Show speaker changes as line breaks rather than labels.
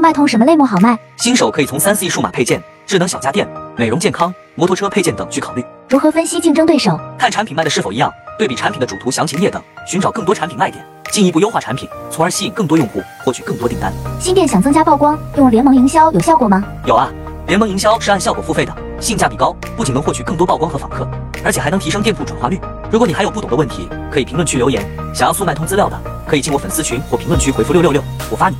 卖通什么类目好卖？
新手可以从三 C 数码配件、智能小家电、美容健康、摩托车配件等去考虑，
如何分析竞争对手？
看产品卖的是否一样，对比产品的主图详情页等，寻找更多产品卖点，进一步优化产品，从而吸引更多用户，获取更多订单。
新店想增加曝光，用联盟营销有效果吗？
有啊，联盟营销是按效果付费的，性价比高，不仅能获取更多曝光和访客，而且还能提升店铺转化率。如果你还有不懂的问题，可以评论区留言，想要速卖通资料的，可以进我粉丝群或评论区回复六六六，我发你。